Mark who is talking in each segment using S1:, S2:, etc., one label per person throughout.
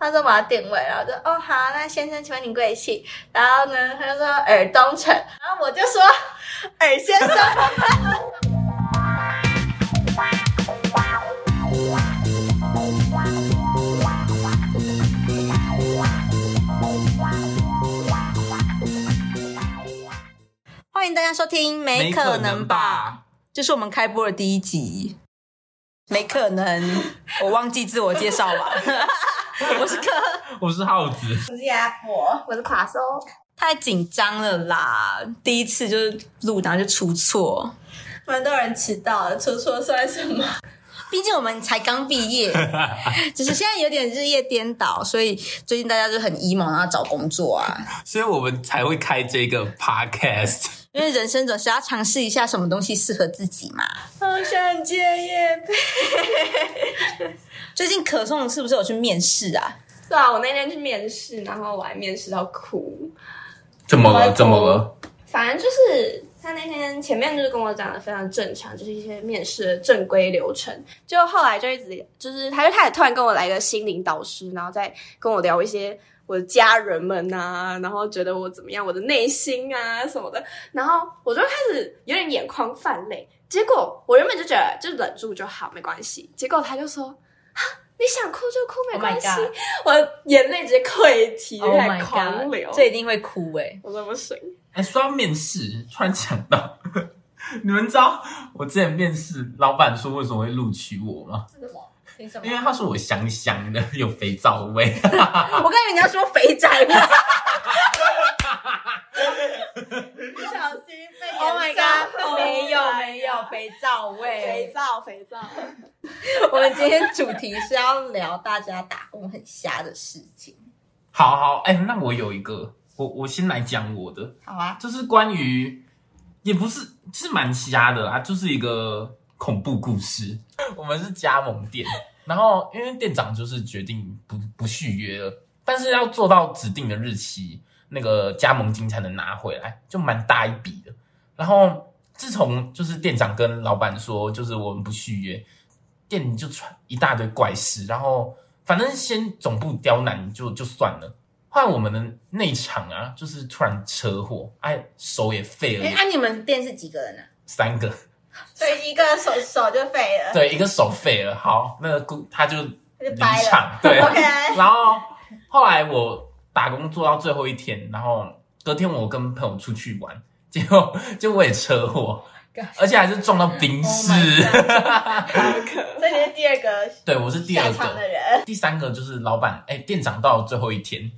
S1: 他说我要定位，然后我就哦好，那先生，请问您贵姓？然后呢，他就说尔东城，然后我就说尔先生。欢迎大家收听《没可能吧》，这是我们开播的第一集。没可 能，我忘记自我介绍 了。我是柯，
S2: 我是耗子，
S3: 我是鸭婆，
S4: 我是垮松。
S1: 太紧张了啦！第一次就是录，然后就出错，
S3: 蛮多人迟到了，出错算什么？
S1: 毕竟我们才刚毕 业，只是现在有点日夜颠倒，所以最近大家就很 emo，然后找工作啊，
S2: 所以我们才会开这个 podcast。
S1: 因为人生总是要尝试一下什么东西适合自己嘛。
S3: 好想接夜配。
S1: 最近可颂是不是有去面试啊？
S4: 对啊，我那天去面试，然后我还面试到哭。
S2: 怎么
S4: 了
S2: 了？
S4: 怎
S2: 怎
S4: 么
S2: 么
S4: 了
S2: 了？
S4: 反正就是他那天前面就是跟我讲的非常正常，就是一些面试的正规流程。就后来就一直就是他就开始突然跟我来一个心灵导师，然后再跟我聊一些我的家人们啊，然后觉得我怎么样，我的内心啊什么的。然后我就开始有点眼眶泛泪。结果我原本就觉得就忍住就好，没关系。结果他就说：“啊， 你想哭就哭，没
S1: Oh my
S4: 关系。
S1: God
S4: 我眼泪直接溃堤，就开始狂流。
S1: Oh 这一定会哭哎、
S4: 我真的不行。
S2: 哎，说到面试，突然想到， 你们知道我之前面试，老板说为什么会录取我吗？
S3: 什么？凭什
S2: 因为他说我香香的，有肥皂味。
S1: 我刚以为你要说肥宅呢
S3: 不小心被
S1: ，Oh my
S3: 延上
S1: god，没有没有肥皂味
S4: 肥。皂，肥皂。
S1: 我们今天主题是要聊大家打工很瞎的事情。
S2: 好好，哎、那我有一个，我我先来讲我的，
S1: 好啊，
S2: 就是关于，也不是是蛮瞎的啦，就是一个恐怖故事。 我们是加盟店，然后因为店长就是决定不不续约了，但是要做到指定的日期，那个加盟金才能拿回来，就蛮大一笔的。然后自从就是店长跟老板说，就是我们不续约，店里就传一大堆怪事，然后反正先总部刁难就就算了。后来我们的内场啊，就是突然车祸，哎，手也废
S1: 哎、
S2: 了
S1: 啊，你们店是几个人啊？
S2: 三个，
S3: 所以一个手手就废了，
S2: 对，一个手废了。好，那个顾他就
S3: 他就
S2: 离
S3: 掰了。
S2: 场，对。
S3: OK，
S2: 然后后来我打工做到最后一天，然后隔天我跟朋友出去玩，结果就我也车祸
S1: God，
S2: 而且还是撞到冰室。
S1: Oh
S3: 所以你是第二个
S2: 对，我是第二
S3: 下场
S2: 个，
S3: 的人。
S2: 第三个就是老板，哎，店长到了最后一天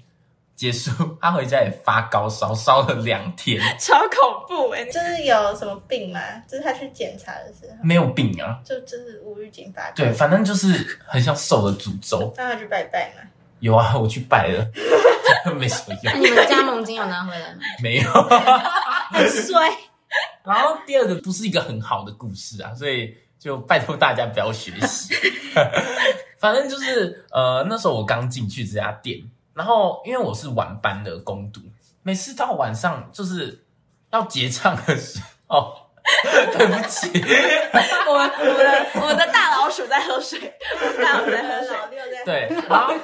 S2: 结束，他回家也发高烧，烧了两天，
S4: 超恐怖哎、
S3: 就是有什么病吗？就是他去检查的时候，
S2: 没有病啊。
S3: 就就是无预警发作。
S2: 对，反正就是很像受了诅咒。
S3: 那他去拜拜嘛。
S2: 有啊，我去拜了， 没什么
S1: 那，
S2: 用
S1: 你们加盟金有拿回来吗？
S2: 没有。
S1: 很衰。
S2: 然后第二个不是一个很好的故事啊，所以就拜托大家不要学习。 反正就是呃，那时候我刚进去这家店，然后因为我是晚班的工读，每次到晚上就是要结账的时候， 对不起，
S4: 我们我们的我们的大老鼠在喝水，我们大老鼠在喝水。
S3: 老六在
S2: 对，然后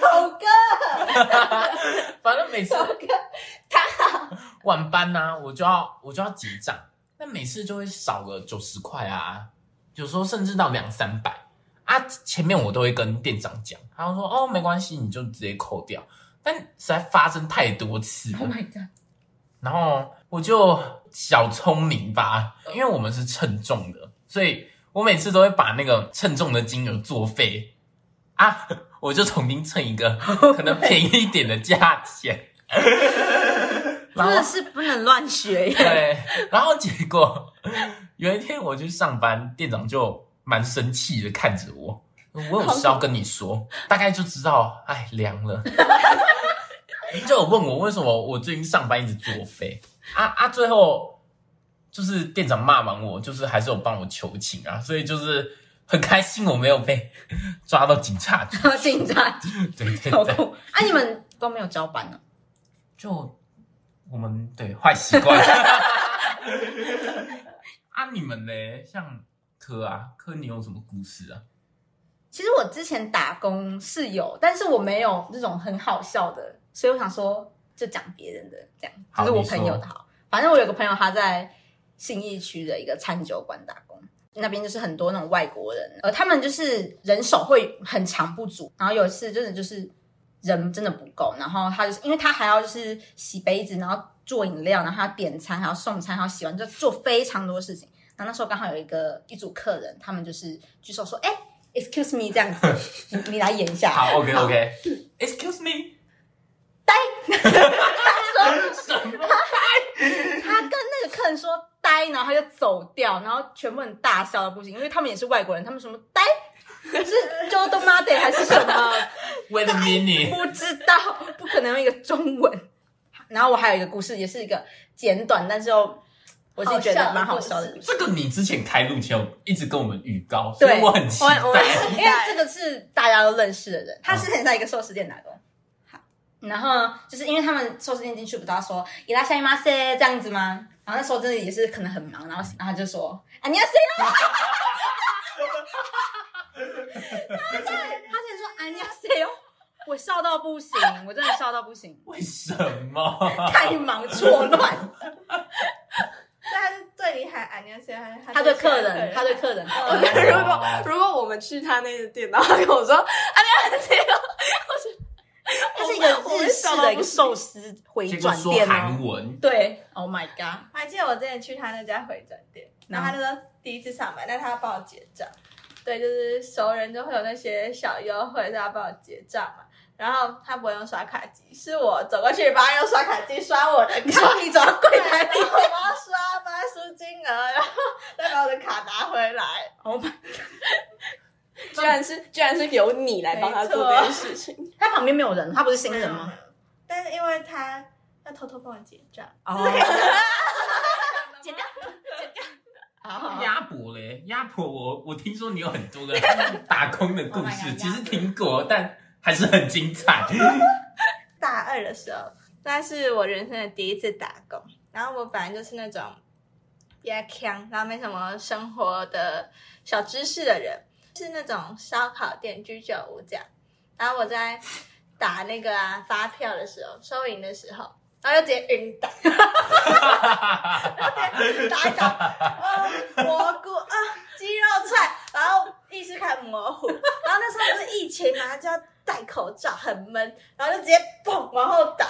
S3: 狗哥，
S2: 反正每次 晚班呐、我就要我就要结账，那每次就会少个九十块啊，有时候甚至到两三百啊。前面我都会跟店长讲，他就说哦没关系，你就直接扣掉。但实在发生太多次了
S1: Oh my god！
S2: 然后我就小聪明吧，因为我们是称重的，所以我每次都会把那个称重的金额作废啊，我就重新称一个可能便宜一点的价钱。然
S1: 真
S2: 后
S1: 的是不能乱 学耶。
S2: 对，然后结果有一天我去上班，店长就蛮生气的看着我，我有事要跟你说，大概就知道，哎，凉了。就有问我为什么我最近上班一直作废啊啊！最后就是店长骂完我，就是还是有帮我求情啊，所以就是很开心我没有被抓到警察局。
S1: 好紧张，
S2: 对对
S1: 好
S2: 对，
S1: 酷。啊，你们都没有交班哦呢？
S2: 就我们对坏习惯。 啊，你们嘞？像柯啊，柯，你有什么故事啊？
S1: 其实我之前打工是有，但是我没有那种很好笑的，所以我想说就讲别人的这样，
S2: 好
S1: 就是我朋友的好。反正我有个朋友他在信义区的一个餐酒馆打工，那边就是很多那种外国人，呃，他们就是人手会很长不足。然后有一次真的就是人真的不够，然后他就是因为他还要就是洗杯子，然后做饮料，然后他点餐，还要送餐，还要洗碗，就做非常多事情。然后那时候刚好有一个一组客人，他们就是举手说：“哎、e x c u s e me，这样子，你你来演一下。”
S2: 好，OK OK。Excuse me，
S1: 他跟那个客人说呆，然后他就走掉，然后全部人大笑到不行，因为他们也是外国人，他们什么呆。是 j o d o m a d e 还是什么？
S2: Wait a minute，
S1: 不知道，不可能用一个中文。然后我还有一个故事，也是一个简短，但是又我自己觉得蛮好笑的故事。
S2: 这个你之前开录前一直跟我们预告，所
S1: 对
S2: 以我很期
S4: 我很我很
S2: 待。
S1: 因为这个是大家都认识的人，他之前在一个寿司店打工。好，然后就是因为他们寿司店进去不知道说伊拉夏伊马塞这样子吗？然后那时候真的也是可能很忙，然后然后他就说 啊你要谁啊？ 他在他之前说啊你要谁哦？我笑到不行，我真的笑到不行，
S2: 为什么？
S1: 太忙错乱。
S3: 所以他是对你喊安妮先，还是
S1: 他对客人，他对客哦人，
S4: 我
S1: 我
S4: 觉
S1: 觉
S4: 得
S1: 得
S4: 如果如果我们去他那个店，然后他跟我说啊，你要这样，
S1: 他是一个日式的一个寿司回
S2: 结果
S1: 转
S2: 说
S1: 店
S2: 韩
S1: 哦。
S2: 文，
S1: 对，Oh my god！
S3: 我还记得我之前去他那家回转店，然后他那时候第一次上班，但他要帮我结账。对，就是熟人就会有那些小优惠，所以他帮我结账嘛。然后他不会用刷卡机，是我走过去帮他用刷卡机刷我的卡，
S1: 你 说你走到柜台
S3: 然后我帮他刷，帮他输金额，然后再把我的卡拿回来。
S1: ，Oh my！
S4: 居然是居然是由你来帮他做这件事情，
S1: 他旁边没有人，他不是新人吗？？
S3: 但是因为他要偷偷帮我结账，
S1: 哦，
S3: 剪掉，剪掉。
S1: 好
S4: 啊
S1: 好好
S2: 鸭脖嘞，鸭脖我我听说你有很 多个打工的故
S1: Oh my
S2: 事，
S1: God，
S2: 其实听过，但还是很精 彩。
S3: 大二的时候，那是我人生的第一次打工。然后我本来就是那种比较强，然后没什么生活的小知识的人，是那种烧烤店、居酒屋这样。然后我在打那个啊发票的时候、收银的时候，然后就直接晕倒， 打一打，哦，蘑菇啊，鸡肉串，然后意识开始模糊。然后那时候不是疫情嘛，就要戴口罩，很闷，然后就直接砰往后倒，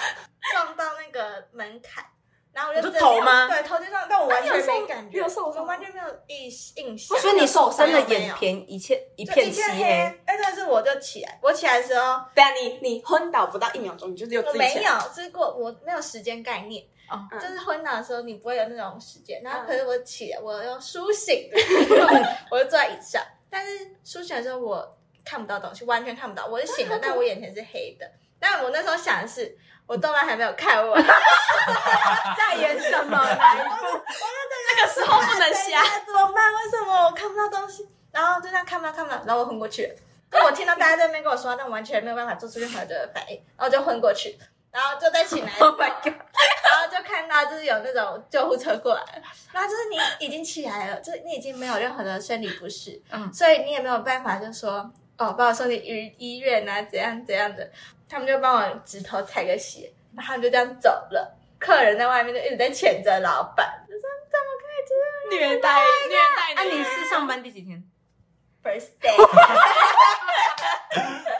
S3: 撞到那个门槛。然后我就
S1: 你
S3: 真
S1: 说
S3: 的
S1: 头吗
S3: 对，头就撞，但我完全
S4: 那你有受
S3: 没感觉，
S4: 你有受伤吗
S3: 我完全没有印印象。
S1: 所以你手伸的
S3: 没有没
S1: 眼
S3: 有
S1: 皮一片一
S3: 就
S1: 片
S3: 一
S1: 漆
S3: 片
S1: 黑，
S3: 黑，但但是我就起来，我起来的时候
S4: 对啊，你你昏倒不到一秒钟，你就只有
S3: 我
S4: 自己
S3: 没
S4: 起来
S3: 有，是过我没有时间概念，
S1: 哦
S4: 嗯
S3: 就是昏倒的时候你不会有那种时间，然后
S4: 嗯
S3: 可是我起来，我又苏醒，然后 我就坐在椅子上，但是苏醒的时候我看不到东西，完全看不到，我是 醒了，但我眼前是黑的，但我那时候想的是。我动漫还没有看完，
S1: 在演什么？来
S4: 这个时候不能瞎。
S3: 怎么办？为什么我看不到东西？然后就这样看不到看不到，然后我昏过去了。但我听到大家在那边跟我说话，但我完全没有办法做出任何的反应，然后就昏过去，然后就再醒来。
S1: ，Oh my god！
S3: 然后就看到就是有那种救护车过来了，然后就是你已经起来了，就是你已经没有任何的生理不适，
S1: 嗯
S3: 所以你也没有办法就说哦，把我送进医医院啊，怎样怎样的，他们就帮我指头踩个血，然后他们就这样走了。客人在外面就一直在谴责老板，就说怎么可以这样
S4: 虐待虐
S1: 那
S4: 待
S1: 你是上班第几天？
S3: ？First day，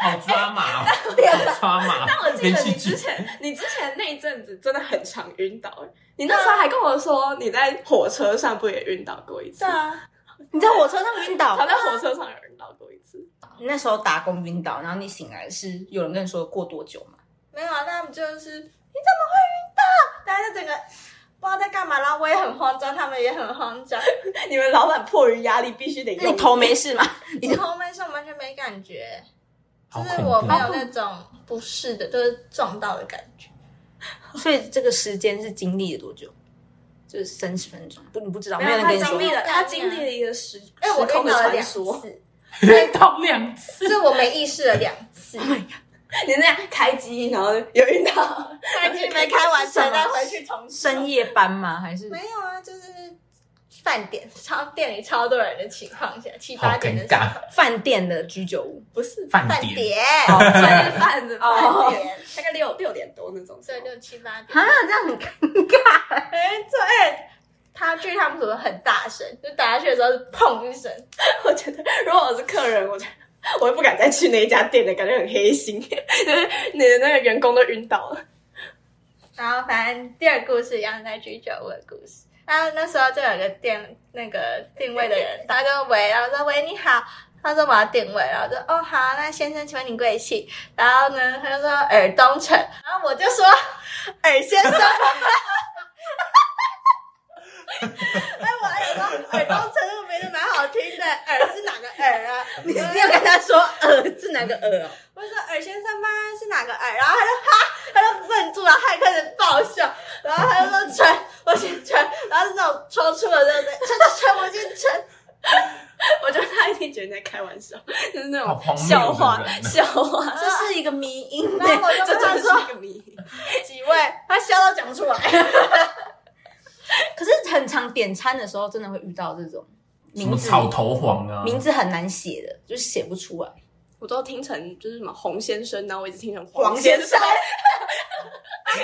S2: 好抓马，哦好抓马。
S4: 啊但我记
S2: 连
S4: 得
S2: 续
S4: 你
S2: 剧
S4: 之前，啊你之前那一阵子真的很常晕倒。欸你那时候还跟我说你在火车上不也晕倒过一次？
S3: 对啊，
S1: 你在火车上晕倒
S4: 他，在火车上有晕倒过一次。
S1: 你那时候打工晕倒，然后你醒来是有人跟你说过多久吗？
S3: 没有啊，那他们就是你怎么会晕倒？大家就整个不知道在干嘛，然后我也很慌张，他们也很慌张。
S4: 你们老板迫于压力必须得
S1: 那
S4: 用
S1: 你头没事吗？你
S3: 然后面上完全没感觉，
S2: 好
S3: 就是
S2: 恐怖
S3: 我没 有那种不适的，就是撞到的感觉。
S1: 所以这个时间是经历了多久？就是三十分钟，不，你不知道，没有人
S4: 他
S1: 跟你
S4: 经历
S1: 说。
S4: 了，他经历了一个时时
S3: 哎，我
S4: 空
S3: 晕
S4: 的
S3: 倒了
S4: 穿
S3: 两
S4: 梭，
S3: 次，
S2: 晕倒两次，
S3: 就是我没意识了两次，
S4: 你那样开机，然后有晕倒，
S3: 但是没开完车
S1: 什么
S3: 再回去重修
S1: 深夜班吗？还是
S3: 没有啊，就是饭点超店里超多人的情况下，七八
S2: 好
S3: 点
S2: 尴
S3: 的时候
S2: 尬，
S1: 饭店的居酒屋，
S4: 不是
S2: 饭
S3: 饭
S2: 点
S3: 点，
S4: 吃饭的
S1: 哦
S4: 饭点，大概六六点多那种时候
S3: 对，六七八点
S1: 啊，。这样很尴尬。
S3: 哎，这哎，他据他们所说很大声，就打下嗯去的时候是砰一声，
S4: 我觉得如果我是客人，我就我也不敢再去那一家店的，感觉很黑心， 就是你的那个员工都晕倒了。
S3: 然后反正第二故事一样在居酒屋的故事。那那时候就有个店那个定位的人，他就喂，然后说喂你好，他说我要定位，然后我就哦好，那先生请问你贵姓？然后呢他就说尔东城，然后我就说尔先生。哎，哎我还想说尔东城这个名字蛮好听的，尔是哪个尔啊？
S1: 你 你有跟他说呃是哪个呃哦？
S3: 我就说尔先生吗？是哪个尔？然后他就哈，他就愣住了，他也开始爆笑，然后他就说吹，我先吹，然后是那种抽搐的，对不对？吹吹吹，我先吹。
S4: 我觉得他一定觉得你在开玩笑，就是那
S2: 好荒谬
S4: 种
S2: 的
S4: 笑 话，
S2: 人啊
S4: 笑话。
S1: 这是一个迷因呢。
S3: 然后我就
S4: 这
S3: 跟他
S4: 真的是
S3: 说
S4: 一个谜。
S3: 几位，他笑到讲不出来。
S1: 可是很常点餐的时候，真的会遇到这种
S2: 什么
S1: 名字
S2: 草头黄啊，
S1: 名字很难写的，就是写不出来。
S4: 我都听成就是什么洪先生，然后我一直听成
S1: 黄先
S4: 生，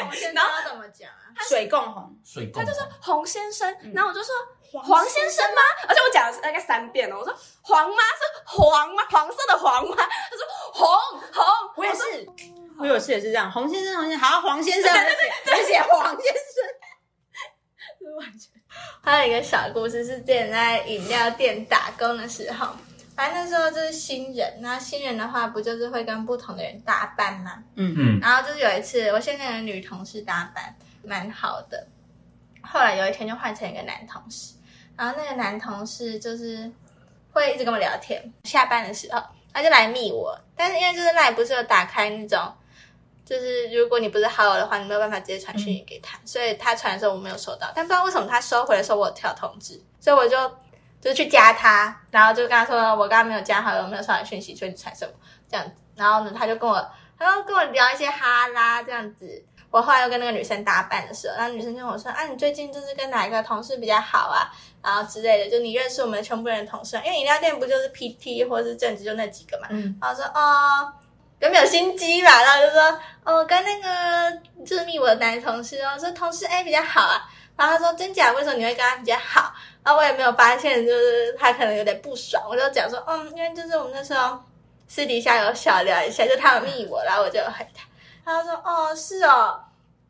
S3: 我先道怎么讲啊？
S1: 水共红，
S2: 水沟，
S4: 洪先生，然后我就说嗯黄先生吗？而且我讲了大概三遍了，我说黄吗？是黄吗？黄色的黄吗？他说红红，
S1: 我也是，我有次也是这样，洪先生，洪先生，好，黄先生，我就写，我就写黄先 生。
S3: 还有一个小故事是之前在饮料店打工的时候，反正那时候就是新人，那新人的话不就是会跟不同的人搭班吗？
S2: 嗯，
S3: 然后就是有一次，我现在的女同事搭班蛮好的，后来有一天就换成一个男同事，然后那个男同事就是会一直跟我聊天，下班的时候他就来密我，但是因为就是赖不是有打开那种。就是如果你不是好友的话，你没有办法直接传讯息给他，所以他传的时候我没有收到，但不知道为什么他收回的时候我有跳通知，所以我就就去加他，然后就跟他说我刚刚没有加好友，没有收到你讯息，所以你传什么这样子，然后呢他就跟我嗯他就跟我聊一些哈拉这样子。我后来又跟那个女生搭伴的时候，然后女生就跟我说：“啊，你最近就是跟哪一个同事比较好啊？然后之类的，就你认识我们全部人的同事啊，因为饮料店不就是 PT 或是正职就那几个嘛。
S1: 嗯，
S3: 然后说：“哦，有没有心机嘛？”然后就说：“哦，跟那个就是密我的男同事哦，说同事 A 比较好啊。”然后他说：“真假？为什么你会跟他比较好？”啊然后我也没有发现，就是他可能有点不爽，我就讲说：“嗯，因为就是我们那时候私底下有小聊一下，就他有密我，然后我就很他，他就说哦是哦，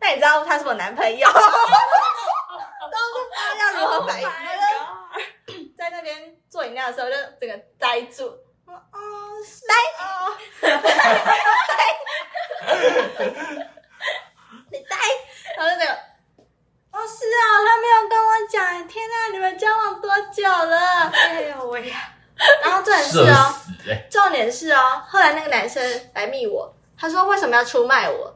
S3: 那你知道他是我男朋友，然后我就不知道要如
S4: Oh
S3: 何反应，我就在那边做饮料的时候就整个呆住，我说哦是哦， 呆，你呆，然后就这个。哦，是啊，他没有跟我讲。天啊哪，你们交往多久了？
S1: 哎呦喂，
S3: 然后这点是
S2: 社
S3: 哦，
S2: 死哎，
S3: 重点是哦，后来那个男生来密我，他说为什么要出卖我？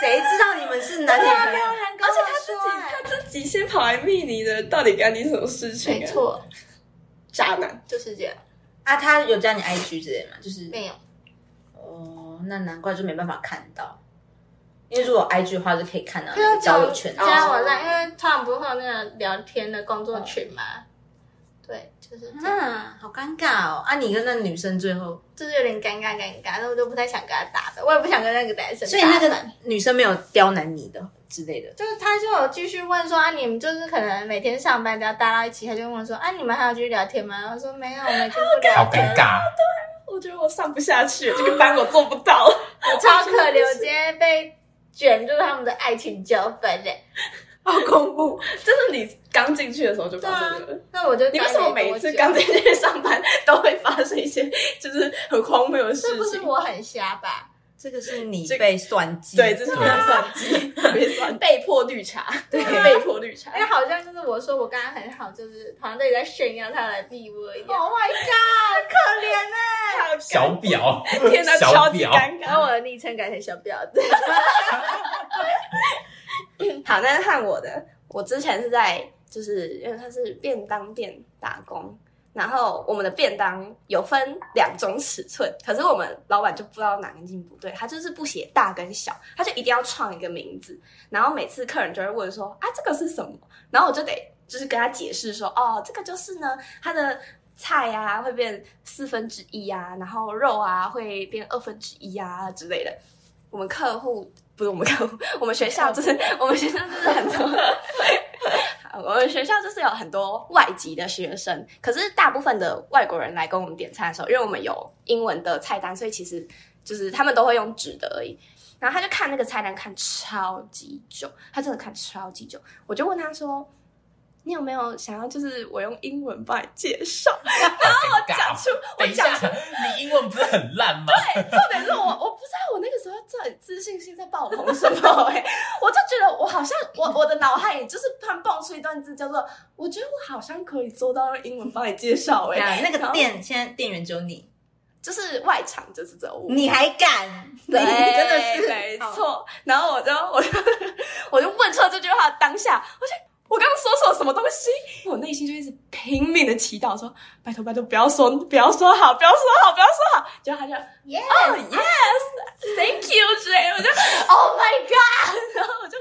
S1: 谁知道你们是男女朋友？
S3: 人
S4: 而且他自
S3: 啊
S4: 己他自己先跑来密你的，到底干你什么事情、啊？
S3: 没，错，
S4: 渣男。
S3: 就是这样。
S1: 啊，他有加你 IG 之类吗？就是
S3: 没有，
S1: 哦，那难怪就没办法看到，因为如果 IG 的话就可以看到
S3: 他
S1: 那
S3: 啊有
S1: 个交友圈。
S4: 哦
S3: 加我在，因为他们不是会有那个聊天的工作群嘛。对，就是这样
S4: 嗯
S1: 啊，好尴尬哦！啊，你跟那女生最后，
S3: 就是有点尴尬尴尬，那我就不太想跟他打的，我也不想跟那个男生打扮。
S1: 所以那个女生没有刁难你的之类的，
S3: 就是他就有继续问说啊，你们就是可能每天上班都要搭到一起，他就问我说啊，你们还有继续聊天吗？我说没有，我们已经不聊
S2: 好
S3: 天
S2: 尴
S3: 了。
S2: 尬，
S4: 我觉得我上不下去，这个班我做不到。
S3: 我超可怜，我今天被卷入他们的爱情纠纷欸嘞。
S1: 好恐 怖！
S4: 真的，你刚进去的时候就发生这个。
S3: 那我就
S4: 你为什么每一次刚
S3: 才
S4: 进去上班都会发生一些就是很荒谬的事
S3: 是不是
S4: 情？
S3: 我很瞎吧？
S1: 这个是你
S4: 这
S1: 被算计，
S4: 对，这是我的算计，被算被迫绿茶，对，被迫绿茶。
S3: 哎，好像就是我说我刚刚很好，就是好像在在炫耀他来逼我一样。
S1: my god！
S3: 可怜啊呢、
S2: 小表，
S4: 天哪，
S2: 小
S4: 超级
S2: 表，
S4: 尴
S3: 然后
S4: 尬。
S3: 我的昵称改成小婊子。
S4: 好，那看我的，我之前是在就是因为它是便当店打工。然后我们的便当有分两种尺寸，可是我们老板就不知道哪根筋不对，他就是不写大跟小，他就一定要创一个名字。然后每次客人就会问说啊这个是什么，然后我就得就是跟他解释说，哦，这个就是呢，它的菜啊会变四分之一啊，然后肉啊会变二分之一啊之类的。我们客户不是我们客户， 我们学校就是我们学校就是很多， 好我们学校就是有很多外籍的学生，可是大部分的外国人来跟我们点餐的时候，因为我们有英文的菜单，所以其实就是他们都会用纸的而已。然后他就看那个菜单看超级久，他真的看超级久。我就问他说：“你有没有想要就是我用英文帮你介绍？”
S2: 然后我
S4: 哦讲出我
S2: 哦等一下
S4: 讲出，，
S2: 你英文不是很烂吗？
S4: 重点是我我不知道我那个时候到底自信心在爆棚什么哎、我就觉得我好像我我的脑海里就是突然蹦出一段字叫做“我觉得我好像可以做到用英文帮你介绍哎、
S1: 呀，啊那
S4: 然
S1: 个
S4: 后
S1: 店现在店员只有你，
S4: 就是外场就是只有我。
S1: 你还敢？你
S4: 对，
S1: 真的是
S4: 没错。然后我就我就我就问出了这句话，当下我就我刚刚说错什么东西？我内心就一直拼命的祈祷说，拜托拜托，不要说不要说好，不要说好，不要说好。结果他就
S1: Yes
S3: 哦
S4: Oh yes, thank you 之类的，我就 Oh my God，然后 我就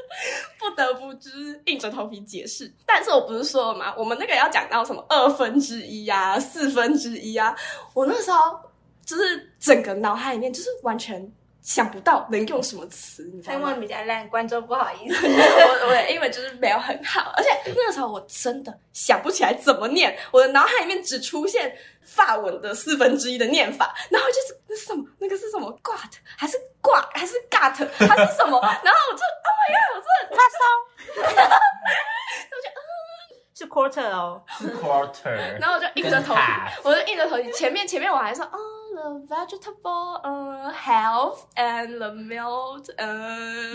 S4: 不得不就是硬着头皮解释。但是我不是说了吗？我们那个要讲到什么二分之一啊，四分之一啊，我那时候就是整个脑海里面就是完全想不到能用什么词，你知道
S3: 英
S4: 吗？
S3: 文比较烂，观众不好意思。
S4: 我我的英文就是没有很好，而且那个时候我真的想不起来怎么念，我的脑海里面只出现法文的四分之一的念法，然后就是那是什么，那个是什么 g u t 还是挂还是 gut 还是什么，然后我就 Oh my god，我真的发烧，
S1: 是 quarter 哦，
S2: 是 quarter，
S4: 然后我就硬着头
S2: 跟
S4: 皮
S2: half，
S4: 我就硬着头皮，前面前面我还说啊。The vegetable, 呃 health and the milk, 呃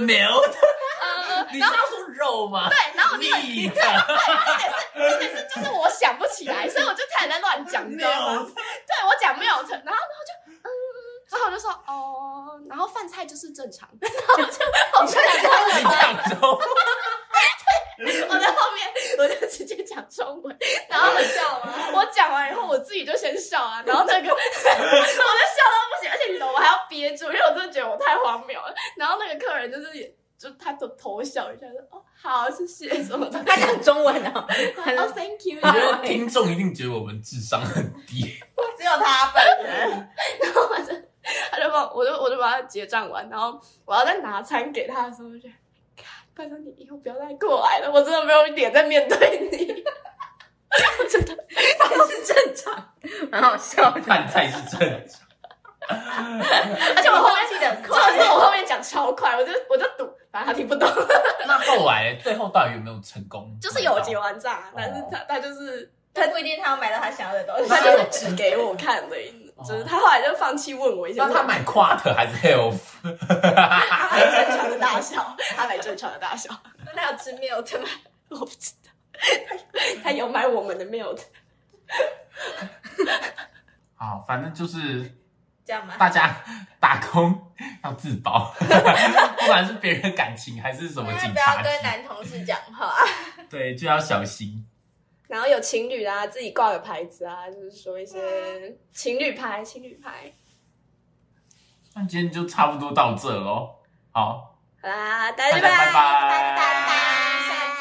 S2: milk，
S4: 呃，
S2: 你是要说肉吗？
S4: 对，然后
S2: 你的
S4: 重点是就是我想不起来，所以我就差点在乱讲，你知道吗？
S2: milk，
S4: 对我讲没有成，然后然后就嗯，然后我就说哦，然后饭菜就是正常， 然后我就我
S2: 你讲中
S4: 就我在后面我就直接讲中文，然后
S3: 笑吗？
S4: 我讲完以后我自己就先笑啊，然后那个 我就笑到不行，而且你懂我还要憋住，因为我真的觉得我太荒谬了。然后那个客人就是也就他头头笑一下说哦好谢谢什么的，
S1: 他讲中文哦，很
S4: 哦 thank you，
S2: 我觉得听众一定觉得我们智商很低，
S1: 只有他本 人。
S4: 然后我就他就帮我，我就我就把它结账完，然后我要再拿餐给他的时候，我就觉得，看，拜托你以后不要再过来了，我真的没有脸再面对 你。我真的，
S1: 蛮好笑 的，
S2: 饭菜是正常。
S4: 而且我后面
S1: 记得很
S4: 重点 是我后面讲超快，我就我就赌，反正他听不懂，
S2: 那后来最后到底有没有成功？
S4: 就是有结完账啊，但是他他就是
S3: 他不一定他要买到他想要的东西。
S4: 他就是指给我看的，就是他后来就放弃问我一些
S2: 那
S4: 问题
S2: 他，买 quart 还是 half？
S4: 他买正常的大小，他买正常的大小，
S3: 那他有吃 milk 吗？
S4: 我不知道，他他有买我们的 milk。
S2: 好，反正就是
S3: 这样吗？
S2: 大家打工要自保，不管是别人的感情还是什
S4: 哎
S2: 么
S3: 那
S2: 警
S3: 不要
S2: 察
S3: 跟
S2: 局，
S3: 男同事讲话。
S2: 对，就要小心。
S4: 然后有情侣啊，自己挂个牌子啊，就是说一些情侣牌、情侣牌。
S2: 那今天就差不多到这喽，好，
S4: 好啦，大
S2: 大
S4: 家
S2: 家
S4: 拜拜，
S2: 拜拜
S4: 拜拜下